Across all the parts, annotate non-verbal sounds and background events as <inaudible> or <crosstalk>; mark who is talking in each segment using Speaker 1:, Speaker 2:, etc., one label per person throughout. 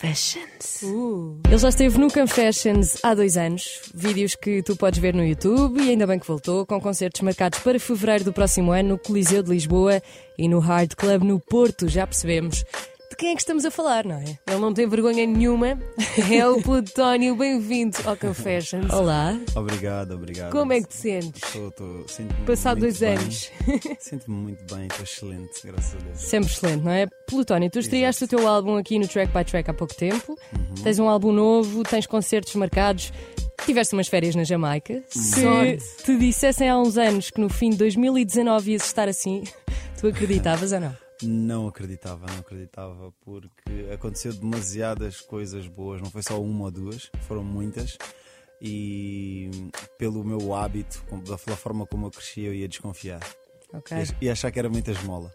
Speaker 1: Confessions.
Speaker 2: Ele já esteve no Confessions há dois anos. Vídeos que tu podes ver no YouTube e ainda bem que voltou, com concertos marcados para fevereiro do próximo ano no Coliseu de Lisboa e no Hard Club no Porto. Já percebemos de quem é que estamos a falar, não é?
Speaker 1: Ele não tem
Speaker 2: <laughs>
Speaker 1: vergonha nenhuma. É o Plutónio. Bem-vindo ao Confessions.
Speaker 2: Olá,
Speaker 3: Obrigado, obrigado.
Speaker 1: Como é que te sentes?
Speaker 3: Estou, estou, sinto-me
Speaker 1: Passado
Speaker 3: muito
Speaker 1: dois
Speaker 3: bem.
Speaker 1: anos.
Speaker 3: <laughs> Sinto-me muito bem, estou excelente, graças a Deus.
Speaker 2: sempre excelente, não é? Plutónio, tu estreaste o teu álbum aqui no Track by Track há pouco tempo.
Speaker 3: Uhum.
Speaker 2: Tens um álbum novo, tens concertos marcados. Tiveste umas férias na Jamaica. Se
Speaker 1: Sorte.
Speaker 2: te dissessem há uns anos que no fim de 2019 ias estar assim, <laughs> tu acreditavas ou não?
Speaker 3: Não acreditava, não acreditava, porque aconteceu demasiadas coisas boas, não foi só uma ou duas, foram muitas. E pelo meu hábito, com- da pela forma como eu cresci, eu ia desconfiar.
Speaker 2: Ok.
Speaker 3: Ia- Ia achar que era muita esmola.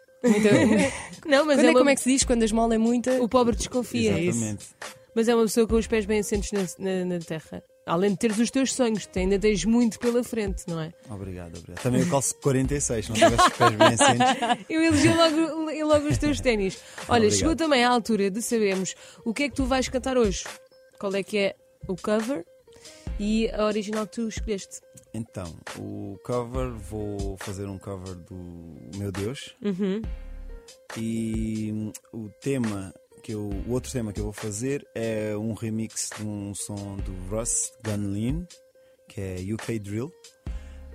Speaker 1: Não, mas
Speaker 2: Quando
Speaker 1: é,
Speaker 2: é,
Speaker 1: uma-
Speaker 2: como é que se diz quando a esmola é muita?
Speaker 1: o pobre desconfia.
Speaker 3: Exatamente.
Speaker 1: Mas é uma pessoa com os pés bem assentes na, na- na terra. Além de teres os teus sonhos, te- ainda tens muito pela frente, não é?
Speaker 3: Obrigado, obrigado. Também eu calço 46, não tivesse os pés bem
Speaker 1: <laughs>
Speaker 3: assentes.
Speaker 1: Eu elogio logo, eu logo os teus ténis. Olha,
Speaker 3: Obrigado.
Speaker 1: chegou também à altura de sabermos o que é que tu vais cantar hoje. Qual é que é o cover e a original que tu escolheste.
Speaker 3: Então, o cover, vou fazer um cover do Meu Deus. E hum, o tema que eu, o outro tema que eu vou fazer é um remix de um som do Russ Gunlin, que é UK Drill.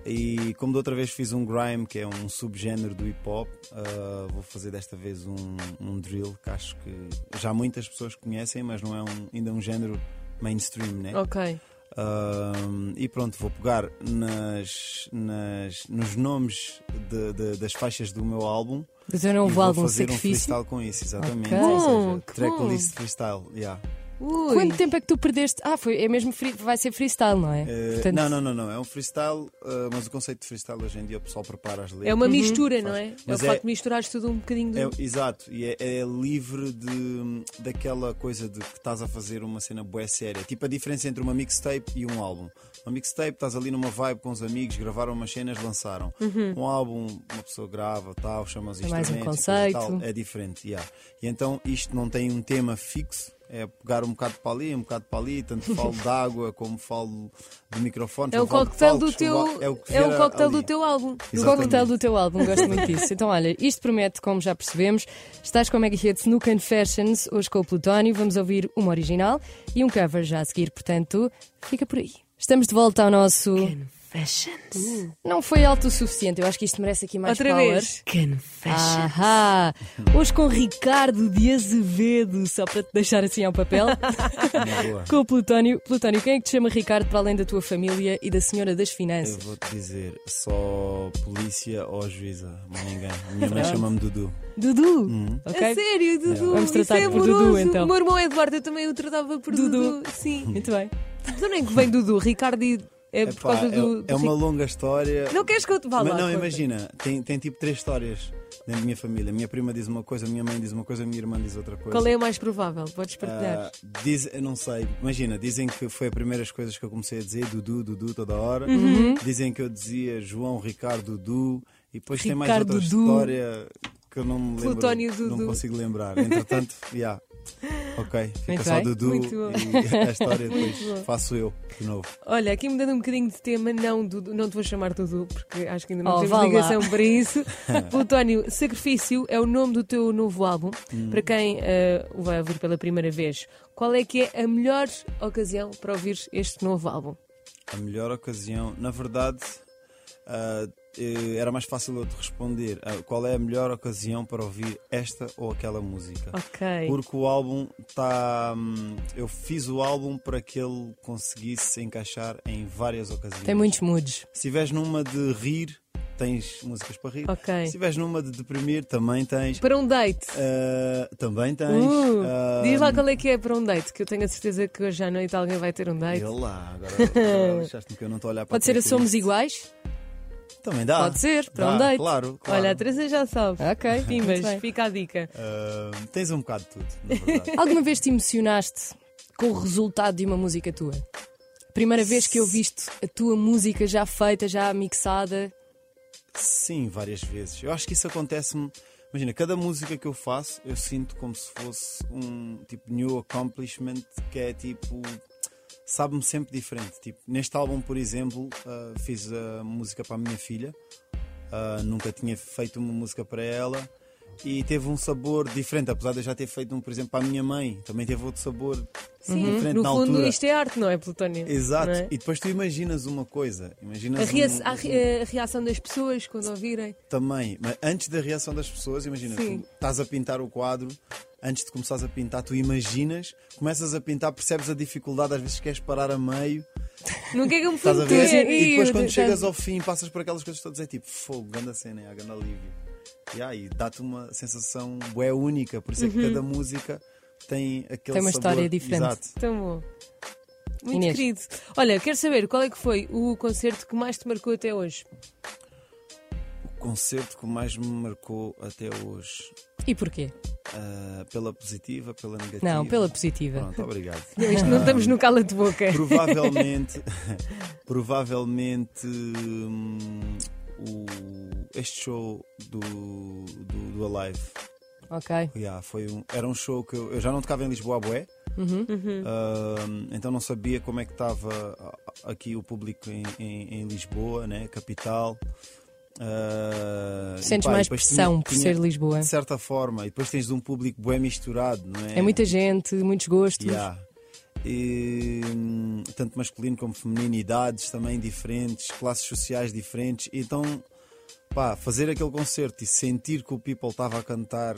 Speaker 3: E como da outra vez fiz um grime, que é um subgénero do hip hop, ah, vou fazer desta vez um, um drill que acho que já muitas pessoas conhecem, mas não é um- ainda um género mainstream, né?
Speaker 1: Ok.
Speaker 3: Ahm, e pronto, vou pegar nas, nas- nos nomes de- de- das faixas do meu álbum.
Speaker 2: Mas eu não
Speaker 3: e
Speaker 2: houve
Speaker 3: vou
Speaker 2: É um álbum
Speaker 3: fazer
Speaker 2: sacrifício.
Speaker 3: um freestyle com isso, exatamente.
Speaker 2: Ok.
Speaker 3: Ou seja,
Speaker 1: Bom, que
Speaker 3: tracklist freestyle. yeah.
Speaker 1: Ui.
Speaker 2: Quanto tempo é que tu perdeste? Ah, foi, é mesmo free- vai ser freestyle, não é?
Speaker 3: Eh,
Speaker 2: Portanto,
Speaker 3: não, não, não, não. É um freestyle, ah, mas o conceito de freestyle hoje em dia o pessoal prepara as letras.
Speaker 1: É uma mistura, não é?
Speaker 3: Uhum. Faz.
Speaker 1: É o
Speaker 3: Mas
Speaker 1: facto
Speaker 3: é-
Speaker 1: de misturares tudo um bocadinho do.
Speaker 3: É, exato, e é, é livre de, daquela coisa de que estás a fazer uma cena bué séria. Tipo a diferença entre uma mixtape e um álbum. Uma mixtape, estás ali numa vibe com os amigos, gravaram umas cenas, lançaram.
Speaker 1: Uhum.
Speaker 3: Um álbum, uma pessoa grava, tal, chama os
Speaker 2: É mais um
Speaker 3: instrumentos, coisa e tal.
Speaker 2: conceito.
Speaker 3: É diferente, yeah. E então isto não tem um tema fixo. É pegar um bocado para ali, um bocado para ali,
Speaker 1: <laughs>
Speaker 3: tanto falo de água como falo de microfone.
Speaker 1: É o coquetel do teu.
Speaker 3: É o, que
Speaker 1: É o
Speaker 3: vier
Speaker 1: coquetel
Speaker 3: ali.
Speaker 1: do teu álbum.
Speaker 2: O
Speaker 3: Exatamente.
Speaker 2: coquetel do teu álbum, gosto muito disso. Então, olha, isto promete, como já percebemos, estás com a Mega Hits no Confessions, hoje com o Plutónio. Vamos ouvir uma original e um cover já a seguir, portanto, fica por aí. Estamos de volta ao nosso.
Speaker 1: Uh.
Speaker 2: Não foi alto o suficiente, eu acho que isto merece aqui mais
Speaker 1: Outra
Speaker 2: power.
Speaker 1: vez.
Speaker 4: Confession.
Speaker 2: Ahá! Hoje com Ricardo de Azevedo, só para te deixar assim ao papel.
Speaker 1: <laughs>
Speaker 3: Na boa.
Speaker 2: Com o Plutónio. Plutónio, quem é que te chama Ricardo para além da tua família e da senhora das
Speaker 3: Eu
Speaker 2: finanças?
Speaker 3: vou te dizer, só polícia ou juíza, mais ninguém. A Minha mãe chama-me Dudu.
Speaker 2: Dudu!
Speaker 1: A
Speaker 2: Ok?
Speaker 1: sério, Dudu.
Speaker 2: Vamos
Speaker 1: isso
Speaker 2: tratar
Speaker 1: é
Speaker 2: por Dudu,
Speaker 1: amoroso.
Speaker 2: então.
Speaker 1: O meu irmão Eduardo, eu também o tratava por Dudu.
Speaker 2: Dudu.
Speaker 1: Sim.
Speaker 2: Muito bem.
Speaker 1: De onde é que vem Dudu? Ricardo e- é por
Speaker 3: Epá,
Speaker 1: causa
Speaker 3: é-
Speaker 1: do.
Speaker 3: é,
Speaker 1: do
Speaker 3: uma
Speaker 1: Ric-
Speaker 3: longa história.
Speaker 1: Não queres que eu te vá
Speaker 3: Mas
Speaker 1: lá?
Speaker 3: não,
Speaker 1: conta.
Speaker 3: imagina, tem, tem tipo três histórias na minha família. Minha prima diz uma coisa, minha mãe diz uma coisa, minha irmã diz outra coisa.
Speaker 1: Qual é a mais provável? Podes partilhar.
Speaker 3: Ah, diz, eu não sei, imagina, dizem que foi as primeiras coisas que eu comecei a dizer, Dudu, Dudu, toda hora.
Speaker 1: Uhum.
Speaker 3: Dizem que eu dizia João, Ricardo, Dudu. E depois tem mais
Speaker 2: Ricardo,
Speaker 3: outra
Speaker 2: Dudu.
Speaker 3: história que eu não me lembro.
Speaker 1: Plutónio,
Speaker 3: Não
Speaker 1: Dudu.
Speaker 3: consigo lembrar.
Speaker 1: <laughs>
Speaker 3: Entretanto, yeah. ok, fica
Speaker 2: Muito
Speaker 3: só
Speaker 2: bem.
Speaker 3: Dudu
Speaker 1: Muito bom.
Speaker 3: e a
Speaker 1: <laughs>
Speaker 3: história
Speaker 1: Muito bom.
Speaker 3: depois faço eu de novo.
Speaker 1: Olha, aqui mudando um bocadinho de tema, não, Dudu, não te vou chamar Dudu, porque acho que ainda não
Speaker 2: Oh,
Speaker 1: temos
Speaker 2: vá lá.
Speaker 1: ligação para isso. Plutónio, Sacrifício é o nome do teu novo álbum. Para quem eh, o vai ouvir pela primeira vez, qual é que é a melhor ocasião para ouvir este novo álbum?
Speaker 3: A melhor ocasião, na verdade, ah, eh, era mais fácil eu te responder ah, qual é a melhor ocasião para ouvir esta ou aquela música.
Speaker 2: É
Speaker 1: Ok.
Speaker 3: Porque o álbum está. hum, Eu fiz o álbum para que ele conseguisse se encaixar em várias ocasiões.
Speaker 2: Tem muitos moods.
Speaker 3: Se estiveres numa de rir, tens músicas para rir.
Speaker 1: Ok.
Speaker 3: Se estiveres numa de deprimir, também tens.
Speaker 1: Para um date.
Speaker 3: Ah, também tens.
Speaker 1: Uh,
Speaker 3: Ah,
Speaker 1: diz lá qual é que é para um date, que eu tenho a certeza que hoje à noite alguém vai ter um date.
Speaker 3: e lá, agora, agora achaste-me que eu não estou a olhar para
Speaker 2: Pode
Speaker 3: a
Speaker 2: ser
Speaker 3: tua
Speaker 2: a Somos Iguais?
Speaker 3: coluna. Também dá.
Speaker 2: Pode ser, para um
Speaker 3: Dá,
Speaker 2: date.
Speaker 3: Claro, claro.
Speaker 1: Olha, a Teresa já sabe.
Speaker 2: <laughs> Ok, muito
Speaker 1: Pimbas,
Speaker 2: bem.
Speaker 1: fica a dica.
Speaker 3: Ah, tens um bocado de tudo, na verdade.
Speaker 2: Alguma vez te emocionaste com o resultado de uma música tua? Primeira vez que ouviste a tua música já feita, já mixada?
Speaker 3: Sim, várias vezes. Eu acho que isso acontece-me Imagina, cada música que eu faço eu sinto como se fosse um tipo new accomplishment que é tipo. Sabe-me sempre diferente. Tipo, neste álbum, por exemplo, ah, fiz a música para a minha filha. Ah, nunca tinha feito uma música para ela e teve um sabor diferente. Apesar de eu já ter feito um, por exemplo, para a minha mãe, também teve outro sabor diferente
Speaker 1: Uhum. No
Speaker 3: na
Speaker 1: fundo,
Speaker 3: altura.
Speaker 1: isto é arte, não é, Plutónio?
Speaker 3: Exato.
Speaker 1: Não é?
Speaker 3: E depois tu imaginas uma coisa, imaginas
Speaker 1: A, rea-
Speaker 3: um-
Speaker 1: a re- É a reação das pessoas quando ouvirem.
Speaker 3: também, mas antes da reação das pessoas, imagina,
Speaker 1: Sim.
Speaker 3: tu estás a pintar o quadro, antes de começares a pintar, tu imaginas, começas a pintar, percebes a dificuldade, às vezes queres parar a meio,
Speaker 1: No que é que eu me fui
Speaker 3: estás a ver?
Speaker 1: meter?
Speaker 3: E depois
Speaker 1: Ih,
Speaker 3: quando
Speaker 1: eu-
Speaker 3: chegas ao fim, passas por aquelas coisas todas, é tipo, fogo, ganda cena, é a ganda alívio. E aí, dá-te uma sensação bué única, por isso é que cada música tem aquele
Speaker 2: Uhum. Tem uma
Speaker 3: sabor.
Speaker 2: história diferente.
Speaker 3: Exato.
Speaker 1: Tão bom. Muito
Speaker 2: Inês.
Speaker 1: querido. Olha, quero saber qual é que foi o concerto que mais te marcou até hoje?
Speaker 3: O concerto que mais me marcou até hoje,
Speaker 2: E porquê?
Speaker 3: ah, pela positiva, pela negativa?
Speaker 2: Não, pela positiva.
Speaker 3: Pronto, obrigado.
Speaker 1: Não, isto não estamos no cala de boca.
Speaker 3: <laughs> provavelmente <laughs> provavelmente hum, o, este show do, do, do Alive
Speaker 2: Ok. É
Speaker 3: yeah, foi um, era um show que eu, eu já não tocava em Lisboa Boé
Speaker 2: Uhum.
Speaker 3: então não sabia como é que estava a- aqui o público em, em- em Lisboa né capital Ah, e
Speaker 2: Sentes
Speaker 3: pá, e
Speaker 2: mais
Speaker 3: depois
Speaker 2: pressão
Speaker 3: tinha-
Speaker 2: por
Speaker 3: tinha-
Speaker 2: ser de Lisboa.
Speaker 3: de certa forma e depois tens um público bué misturado não é
Speaker 2: É muita gente, muitos gostos.
Speaker 3: Yeah. E, hum, tanto masculino como feminino, idades também diferentes, classes sociais diferentes. Então, pá, fazer aquele concerto e sentir que o people estava a cantar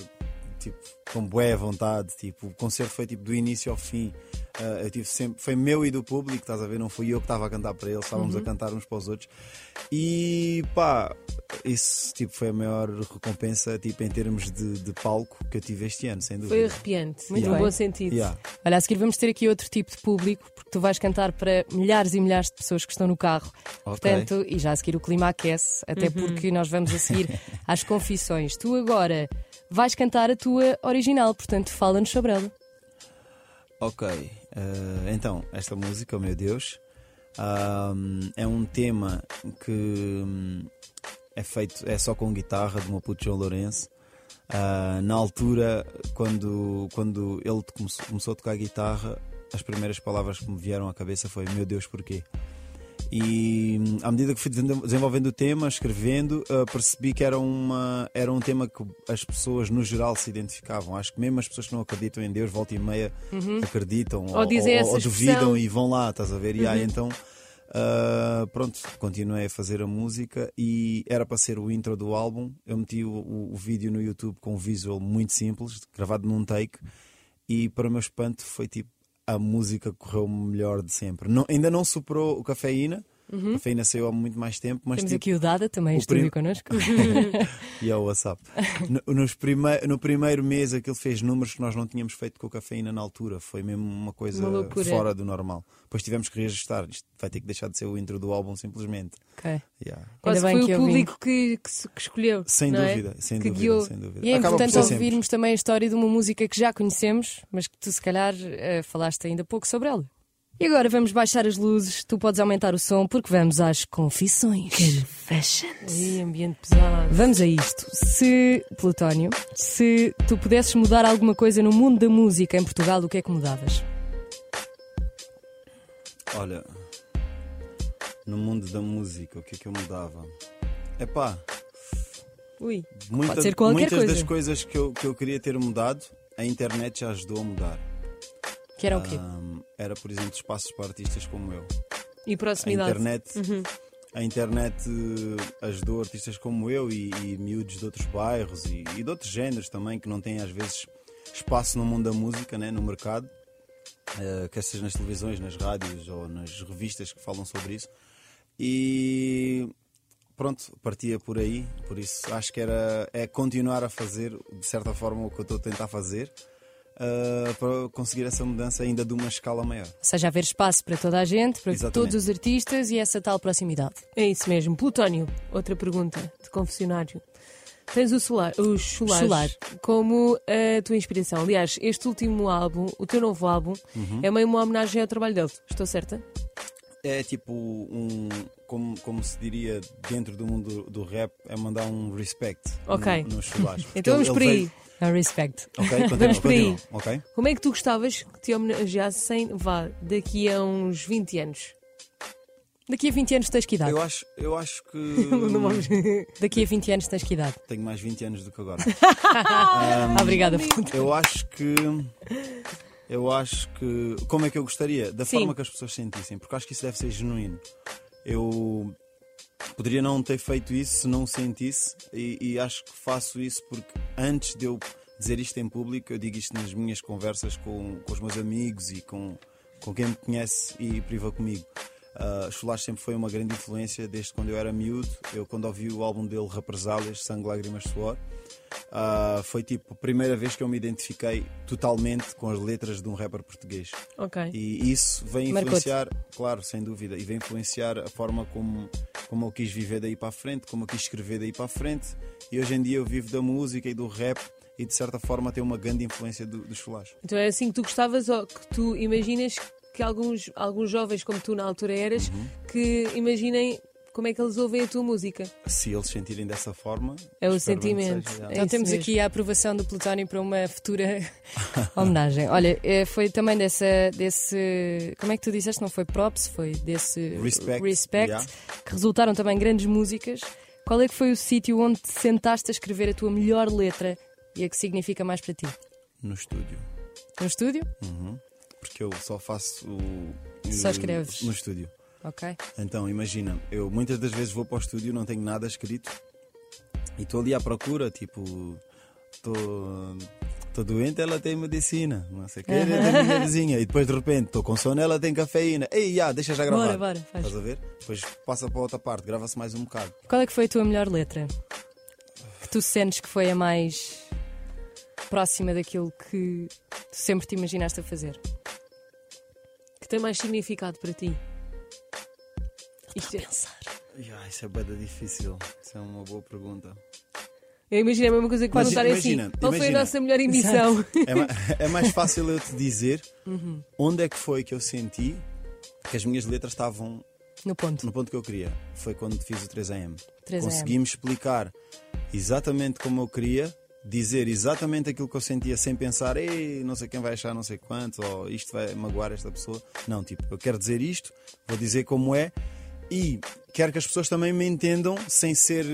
Speaker 3: tipo, com boa vontade, tipo, o concerto foi tipo do início ao fim. Ah, eu tive sempre, foi meu e do público, estás a ver? Não fui eu que estava a cantar para eles, estávamos a cantar uns para os outros. E pá, isso tipo, foi a maior recompensa tipo, em termos de, de palco que eu tive este ano, sem
Speaker 1: Foi
Speaker 3: dúvida.
Speaker 1: arrepiante,
Speaker 2: Muito
Speaker 1: no
Speaker 2: bem.
Speaker 1: bom sentido.
Speaker 3: Yeah.
Speaker 2: Olha, a seguir vamos ter aqui outro tipo de público, porque tu vais cantar para milhares e milhares de pessoas que estão no carro. Portanto, e já a seguir o clima aquece, até porque nós vamos a seguir
Speaker 3: <laughs>
Speaker 2: às confissões. Tu agora vais cantar a tua original, portanto, fala-nos sobre ela.
Speaker 3: Ok, eh, então, esta música, oh meu Deus, ahm, é um tema que hum, é feito é só com guitarra do Maputo João Lourenço. Ah, na altura, quando, quando ele te começou, começou a tocar guitarra, as primeiras palavras que me vieram à cabeça foi Meu Deus, porquê? E hum, à medida que fui desen- desenvolvendo o tema, escrevendo, ah, percebi que era, uma, era um tema que as pessoas no geral se identificavam. Acho que mesmo as pessoas que não acreditam em Deus, volta e meia, acreditam ou,
Speaker 1: Uhum. dizem
Speaker 3: ou-
Speaker 1: essa
Speaker 3: ou
Speaker 1: expressão.
Speaker 3: duvidam Então, e vão lá, estás a ver? E aí então, ah, pronto, continuei a fazer a música e era para ser o intro do álbum. Eu meti o, o- o vídeo no YouTube com um visual muito simples, gravado num take, e para o meu espanto foi tipo a música que correu melhor de sempre. Não- ainda não superou o cafeína. A cafeína saiu há muito mais tempo, mas
Speaker 2: Temos
Speaker 3: tipo,
Speaker 2: aqui o Dada também em
Speaker 3: o Uhum.
Speaker 2: estúdio
Speaker 3: prim-
Speaker 2: connosco.
Speaker 3: e ao WhatsApp. No, nos prime- no primeiro mês aquilo fez números que nós não tínhamos feito com a cafeína na altura. Foi mesmo uma coisa
Speaker 1: Uma loucura.
Speaker 3: fora do normal. Depois tivemos que reajustar. Isto vai ter que deixar de ser o intro do álbum simplesmente.
Speaker 2: Ok.
Speaker 3: Yeah.
Speaker 1: Quase
Speaker 2: bem
Speaker 1: foi
Speaker 2: que
Speaker 1: o
Speaker 2: eu vim.
Speaker 1: público que, que se- que escolheu.
Speaker 3: Sem
Speaker 1: não é?
Speaker 3: dúvida, sem
Speaker 1: Que
Speaker 3: dúvida,
Speaker 1: guiou.
Speaker 3: sem dúvida.
Speaker 2: E é
Speaker 3: Acaba por
Speaker 2: importante
Speaker 3: ser sempre.
Speaker 2: ouvirmos também a história de uma música que já conhecemos, mas que tu, se calhar, eh, falaste ainda pouco sobre ela. E agora vamos baixar as luzes, tu podes aumentar o som, porque vamos às confissões.
Speaker 1: Ih, ambiente pesado.
Speaker 2: Vamos a isto. Se, Plutónio, se tu pudesses mudar alguma coisa no mundo da música em Portugal, o que é que mudavas?
Speaker 3: Olha, no mundo da música, o que é que eu mudava? Epá,
Speaker 1: Ui,
Speaker 3: muita,
Speaker 2: ser qualquer
Speaker 3: muitas
Speaker 2: coisa.
Speaker 3: das coisas que eu, que eu queria ter mudado, a internet já ajudou a mudar.
Speaker 2: Que era o quê?
Speaker 3: Ahm, era, por exemplo, espaços para artistas como eu.
Speaker 1: e
Speaker 3: a
Speaker 1: proximidade.
Speaker 3: internet, a internet eh, ajudou artistas como eu e, e miúdos de outros bairros e, e de outros géneros também que não têm às vezes espaço no mundo da música, né, no mercado, eh, quer seja nas televisões, nas rádios ou nas revistas que falam sobre isso. E pronto, partia por aí, por isso acho que era é continuar a fazer de certa forma o que eu estou a tentar fazer. eh, para conseguir essa mudança ainda de uma escala maior.
Speaker 2: Ou seja, haver espaço para toda a gente, para
Speaker 3: Exatamente.
Speaker 2: todos os artistas e essa tal proximidade.
Speaker 1: É isso mesmo. Plutónio, outra pergunta de confessionário. Tens o solar, os solares
Speaker 2: Solar.
Speaker 1: como a tua inspiração. Aliás, este último álbum, o teu novo álbum, é meio uma homenagem ao trabalho dele. Estou certa?
Speaker 3: é tipo um. Como, como se diria dentro do mundo do rap, é mandar um respect
Speaker 1: Ok.
Speaker 3: no, nos chulares.
Speaker 1: <laughs> Então vamos por aí.
Speaker 2: A respect. <laughs>
Speaker 3: Ok,
Speaker 1: Vamos
Speaker 3: continua,
Speaker 1: por aí.
Speaker 3: continua. Ok?
Speaker 1: Como é que tu gostavas que te homenageassem, vá, daqui a uns 20 anos?
Speaker 2: Daqui a 20 anos tens que idade.
Speaker 3: Eu acho, eu acho que.
Speaker 1: <laughs> Não vamos-
Speaker 2: Daqui a 20 anos tens que idade.
Speaker 3: Tenho mais 20 anos do que agora. Ah,
Speaker 2: Obrigada. Fonte.
Speaker 3: Eu acho que. Eu acho que. Como é que eu gostaria? Da
Speaker 1: Sim.
Speaker 3: forma que as pessoas sentissem, porque acho que isso deve ser genuíno. Eu poderia não ter feito isso se não sentisse, e, e acho que faço isso porque antes de eu dizer isto em público, eu digo isto nas minhas conversas com, com os meus amigos e com, com quem me conhece e priva comigo. Uh, Chulares sempre foi uma grande influência desde quando eu era miúdo. Eu, quando ouvi o álbum dele, Represálias, Sangue, Lágrimas, Suor, ah, foi tipo a primeira vez que eu me identifiquei totalmente com as letras de um rapper português.
Speaker 1: Ok.
Speaker 3: E isso vem
Speaker 2: Marcou-te.
Speaker 3: influenciar, claro, sem dúvida, e vem influenciar a forma como, como eu quis viver daí para a frente, como eu quis escrever daí para a frente. E hoje em dia eu vivo da música e do rap e de certa forma tem uma grande influência do- dos chulares.
Speaker 1: Então é assim que tu gostavas ou que tu imaginas que alguns, alguns jovens, como tu na altura eras, que imaginem como é que eles ouvem a tua música.
Speaker 3: Se eles sentirem dessa forma,
Speaker 1: É o
Speaker 3: espero bem que seja,
Speaker 1: sentimento.
Speaker 3: assim.
Speaker 1: É
Speaker 3: yeah.
Speaker 2: Então
Speaker 1: isso
Speaker 2: temos
Speaker 1: mesmo.
Speaker 2: aqui a aprovação do Plutónio para uma futura
Speaker 1: <laughs>
Speaker 2: homenagem. Olha, eh, foi também dessa, desse. Como é que tu disseste? Não foi props, foi desse
Speaker 3: Respect, yeah.
Speaker 2: que resultaram também grandes músicas. Qual é que foi o sítio onde te sentaste a escrever a tua melhor letra e a que significa mais para ti?
Speaker 3: no estúdio.
Speaker 2: No estúdio?
Speaker 3: Porque eu só faço o-
Speaker 2: Só escreves.
Speaker 3: no estúdio.
Speaker 2: Ok.
Speaker 3: Então, imagina, eu muitas das vezes vou para o estúdio, não tenho nada escrito e estou ali à procura, tipo, estou doente, ela tem medicina, não sei o que, tem minha vizinha, e depois de repente estou com sono, ela tem cafeína, ei, já, deixa já gravar.
Speaker 2: Bora, bora, faz.
Speaker 3: Estás a ver? Depois passa para outra parte, grava-se mais um bocado.
Speaker 2: Qual é que foi a tua melhor letra? Que tu sentes que foi a mais próxima daquilo que tu sempre te imaginaste a fazer?
Speaker 1: Que tem mais significado para ti. Isto é-
Speaker 3: Ya, isso é bada difícil, isso é uma boa pergunta.
Speaker 1: eu imagino é a mesma coisa que
Speaker 3: Mas
Speaker 1: perguntarem assim.
Speaker 3: imagina,
Speaker 1: Qual foi a
Speaker 3: imagina.
Speaker 1: nossa melhor emissão?
Speaker 3: É, ma- é mais fácil eu te dizer
Speaker 2: Uhum.
Speaker 3: onde é que foi que eu senti que as minhas letras estavam
Speaker 2: No ponto.
Speaker 3: no ponto que eu queria foi quando fiz o 3AM.
Speaker 2: 3 AM.
Speaker 3: Consegui-me explicar exatamente como eu queria, dizer exatamente aquilo que eu sentia sem pensar, ei, não sei quem vai achar não sei quanto, ou isto vai magoar esta pessoa. Não, tipo, eu quero dizer isto, vou dizer como é e quero que as pessoas também me entendam sem ser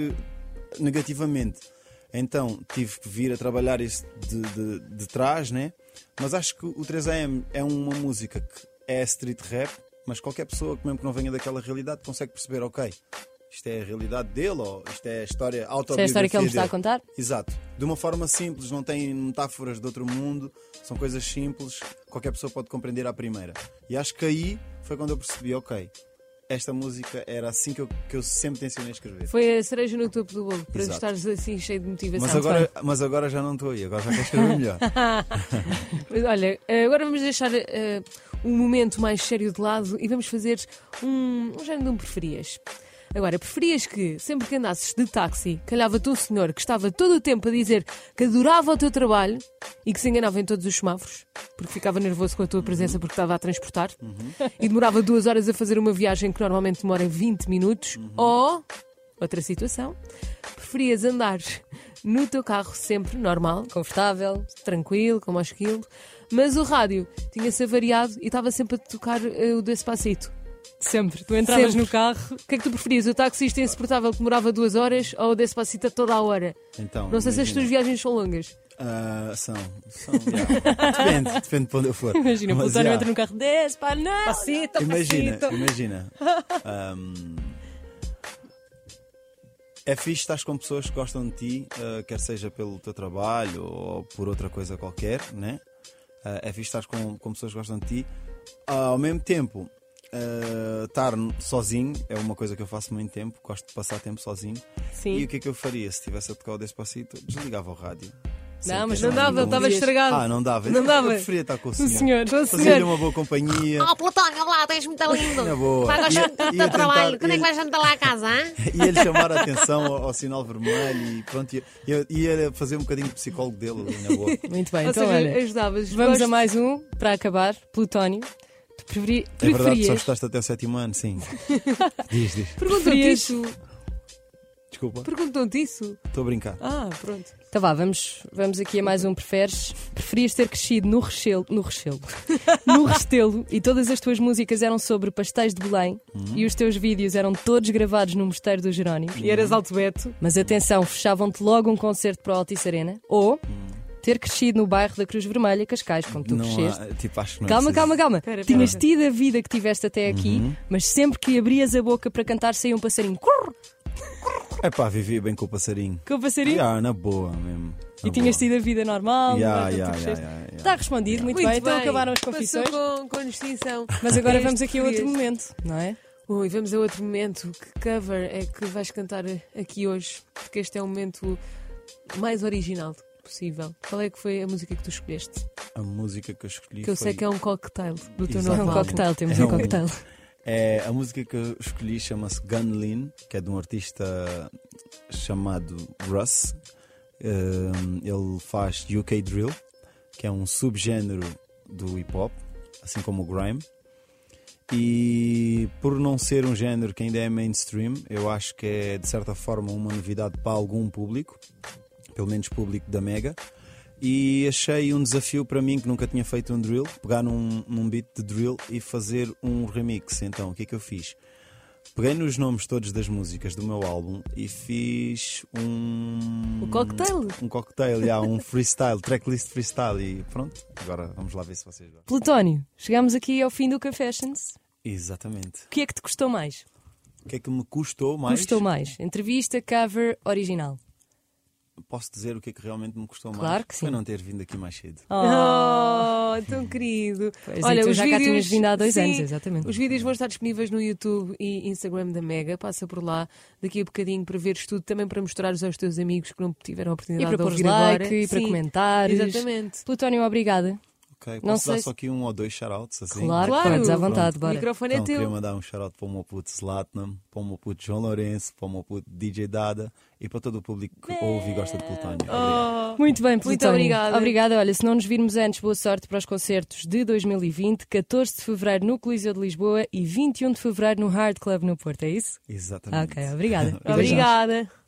Speaker 3: negativamente. Então tive que vir a trabalhar isso de, de, de trás, né? Mas acho que o 3AM é uma música que é street rap, mas qualquer pessoa que mesmo que não venha daquela realidade consegue perceber, ok, isto é a realidade dele, ou isto é a história
Speaker 2: Essa é a
Speaker 3: autobiográfica
Speaker 2: história que ele me está a
Speaker 3: dele.
Speaker 2: contar?
Speaker 3: Exato. De uma forma simples, não tem metáforas de outro mundo, são coisas simples, qualquer pessoa pode compreender à primeira. E acho que aí foi quando eu percebi, ok, esta música era assim que eu, que eu sempre te ensinei a escrever.
Speaker 1: Foi a cereja no topo do bolo, para
Speaker 3: Exato.
Speaker 1: estares assim cheio de motivação.
Speaker 3: Mas agora, mas agora já não estou aí, agora já quero escrever
Speaker 1: <laughs>
Speaker 3: melhor.
Speaker 1: Mas olha, eh, agora vamos deixar eh, um momento mais sério de lado e vamos fazer um, um género de um preferias. Agora, preferias que sempre que andasses de táxi, calhava-te um senhor que estava todo o tempo a dizer que adorava o teu trabalho e que se enganava em todos os semáforos, porque ficava nervoso com a tua presença porque estava a transportar
Speaker 2: Uhum.
Speaker 1: e demorava duas horas a fazer uma viagem que normalmente demora 20 minutos,
Speaker 2: Uhum.
Speaker 1: ou, outra situação, preferias andar no teu carro sempre normal,
Speaker 2: Confortável?
Speaker 1: tranquilo, como aos quilos, mas o rádio tinha-se avariado e estava sempre a tocar eh, o Despacito.
Speaker 2: Sempre. Tu entravas
Speaker 1: Sempre.
Speaker 2: no carro.
Speaker 1: O que é que tu preferias? O taxista insuportável que demorava duas horas ou o Despacito a toda a hora?
Speaker 3: Então,
Speaker 1: Não sei se as
Speaker 3: imagina.
Speaker 1: tuas viagens são longas.
Speaker 3: Ah, são,
Speaker 1: <laughs>
Speaker 3: são, já. depende, depende para onde eu for.
Speaker 2: Imagina, o
Speaker 3: Mas,
Speaker 2: Plutónio
Speaker 3: já.
Speaker 2: entra no carro 10, pá, não!
Speaker 1: Despacito,
Speaker 3: Imagina,
Speaker 2: então.
Speaker 1: Despacito.
Speaker 3: imagina. Ahm, é fixe estar com pessoas que gostam de ti, ah, quer seja pelo teu trabalho ou por outra coisa qualquer, né? Ah, é fixe estar com, com pessoas que gostam de ti. Ah, ao mesmo tempo, ah, estar sozinho é uma coisa que eu faço muito tempo, gosto de passar tempo sozinho.
Speaker 1: Sim.
Speaker 3: E o que é que eu faria se estivesse a tocar o Despacito? Desligava o rádio.
Speaker 2: Não, mas
Speaker 1: Não dava, ele estava
Speaker 2: Podias.
Speaker 1: estragado.
Speaker 3: Ah, não dava.
Speaker 1: Não dava.
Speaker 3: Eu preferia estar com o senhor.
Speaker 2: senhor, com o
Speaker 3: Fazia-lhe
Speaker 2: senhor.
Speaker 3: uma boa companhia.
Speaker 4: Oh, Plutónio, olha lá, tens
Speaker 3: <laughs>
Speaker 4: muito lindo.
Speaker 3: Na boa.
Speaker 4: Vai gostar
Speaker 3: Ia-
Speaker 4: muito do teu
Speaker 3: ia tentar-
Speaker 4: trabalho. Quando é que
Speaker 3: ia-
Speaker 4: vais jantar lá a casa, hã?
Speaker 3: E ele chamar a atenção ao, ao sinal vermelho e pronto, ia, ia- ia fazer um bocadinho de psicólogo dele ali na boa. É
Speaker 2: Muito bem,
Speaker 1: Ou
Speaker 2: então
Speaker 1: seja,
Speaker 2: olha.
Speaker 1: ajudavas.
Speaker 2: Vamos
Speaker 1: Gosto-
Speaker 2: a mais um para acabar. Plutónio. Tu Preferi-
Speaker 3: É verdade, só
Speaker 2: preferias-
Speaker 3: estudaste até o sétimo ano, sim. diz, diz.
Speaker 1: Perguntam-te
Speaker 2: Preferias-
Speaker 1: isso.
Speaker 3: Desculpa,
Speaker 1: Perguntam-te isso.
Speaker 3: estou a brincar.
Speaker 1: Ah, pronto.
Speaker 2: Então vá, vamos, vamos aqui a mais um preferes. Preferias ter crescido no rechelo, no rechelo, no restelo e todas as tuas músicas eram sobre pastéis de Belém e os teus vídeos eram todos gravados no Mosteiro dos Jerónimos.
Speaker 1: E eras alto beto.
Speaker 2: Mas atenção, fechavam-te logo um concerto para a Altice Arena ou ter crescido no bairro da Cruz Vermelha, Cascais, como tu
Speaker 3: não
Speaker 2: cresceste.
Speaker 3: há, tipo, acho que não é
Speaker 2: Calma,
Speaker 3: preciso.
Speaker 2: calma, calma.
Speaker 1: Espera, espera.
Speaker 2: Tinhas tido a vida que tiveste até aqui,
Speaker 3: Uhum.
Speaker 2: mas sempre que abrias a boca para cantar saía um passarinho. Corre!
Speaker 3: É pá, vivia bem com o passarinho.
Speaker 2: Com o passarinho.
Speaker 3: Yeah, na boa mesmo.
Speaker 2: E tinhas tido a vida normal.
Speaker 3: Ah, Yeah,
Speaker 2: não é? Quando tu
Speaker 3: yeah,
Speaker 2: cresceste. Tá.
Speaker 3: yeah, yeah, yeah.
Speaker 2: Está respondido, muito, bem. Então acabaram as
Speaker 1: Passou
Speaker 2: confissões.
Speaker 1: Com, com distinção. É
Speaker 2: Mas agora
Speaker 1: Este
Speaker 2: vamos aqui a outro
Speaker 1: português.
Speaker 2: momento, não é?
Speaker 1: Ui, vamos a outro momento. Que cover é que vais cantar aqui hoje? Porque este é o momento mais original possível. Qual é que foi a música que tu escolheste?
Speaker 3: A música que eu escolhi
Speaker 1: Que eu sei
Speaker 3: foi-
Speaker 1: que é um cocktail do teu
Speaker 3: Exatamente.
Speaker 2: É
Speaker 1: novo
Speaker 2: um
Speaker 1: álbum.
Speaker 2: cocktail, temos
Speaker 3: É
Speaker 2: um
Speaker 3: um-
Speaker 2: cocktail.
Speaker 3: É, a música que eu escolhi chama-se Gunlin, que é de um artista chamado Russ. Ehm, ele faz UK Drill, que é um subgênero do hip hop, assim como o grime. E por não ser um género que ainda é mainstream, eu acho que é de certa forma uma novidade para algum público, pelo menos público da Mega. E achei um desafio para mim que nunca tinha feito um drill, pegar num, num beat de drill e fazer um remix. Então, o que é que eu fiz? Peguei nos nomes todos das músicas do meu álbum e fiz um.
Speaker 1: O cocktail?
Speaker 3: Um cocktail, yeah, um freestyle, tracklist freestyle. E pronto, agora vamos lá ver se vocês gostam.
Speaker 2: Plutónio, chegamos aqui ao fim do Confessions.
Speaker 3: Exatamente.
Speaker 2: O que é que te custou mais?
Speaker 3: O que é que me custou mais?
Speaker 2: Custou mais? Entrevista, cover, original.
Speaker 3: Posso dizer o que é que realmente me custou mais?
Speaker 2: Claro que
Speaker 3: Foi
Speaker 2: sim.
Speaker 3: não ter vindo aqui mais cedo.
Speaker 1: Oh, tão querido.
Speaker 2: Pois é, tu já cá tinhas vindo há dois anos, exatamente.
Speaker 1: Os vídeos vão estar disponíveis no YouTube e Instagram da Mega. Passa por lá daqui a bocadinho para veres tudo, também para mostrares aos teus amigos que não tiveram a
Speaker 2: E
Speaker 1: oportunidade
Speaker 2: para
Speaker 1: de
Speaker 2: pôr
Speaker 1: ouvir
Speaker 2: like,
Speaker 1: agora.
Speaker 2: e para
Speaker 1: Sim,
Speaker 2: comentares.
Speaker 1: Exatamente.
Speaker 2: Plutónio, obrigada.
Speaker 3: Ok, posso
Speaker 2: Não
Speaker 3: dar
Speaker 2: sei
Speaker 3: só
Speaker 2: se-
Speaker 3: aqui um ou dois shoutouts assim?
Speaker 2: Claro,
Speaker 1: Claro.
Speaker 2: podes à vontade,
Speaker 1: O
Speaker 2: bora.
Speaker 1: microfone
Speaker 3: Então,
Speaker 1: é teu.
Speaker 3: queria mandar um shout-out para o meu puto Slatnam, para o meu puto João Lourenço, para o meu puto DJ Dada e para todo o público que ouve e gosta de Plutónio. Obrigado.
Speaker 2: Muito bem, Plutónio.
Speaker 1: obrigada.
Speaker 2: Obrigada. Olha, se não nos virmos antes, boa sorte para os concertos de 2020, 14 de fevereiro no Coliseu de um Lisboa e 21 de fevereiro no Hard Club no Porto, é isso?
Speaker 3: Exatamente.
Speaker 2: <laughs>
Speaker 3: um
Speaker 2: Ok, obrigada.
Speaker 1: Obrigada.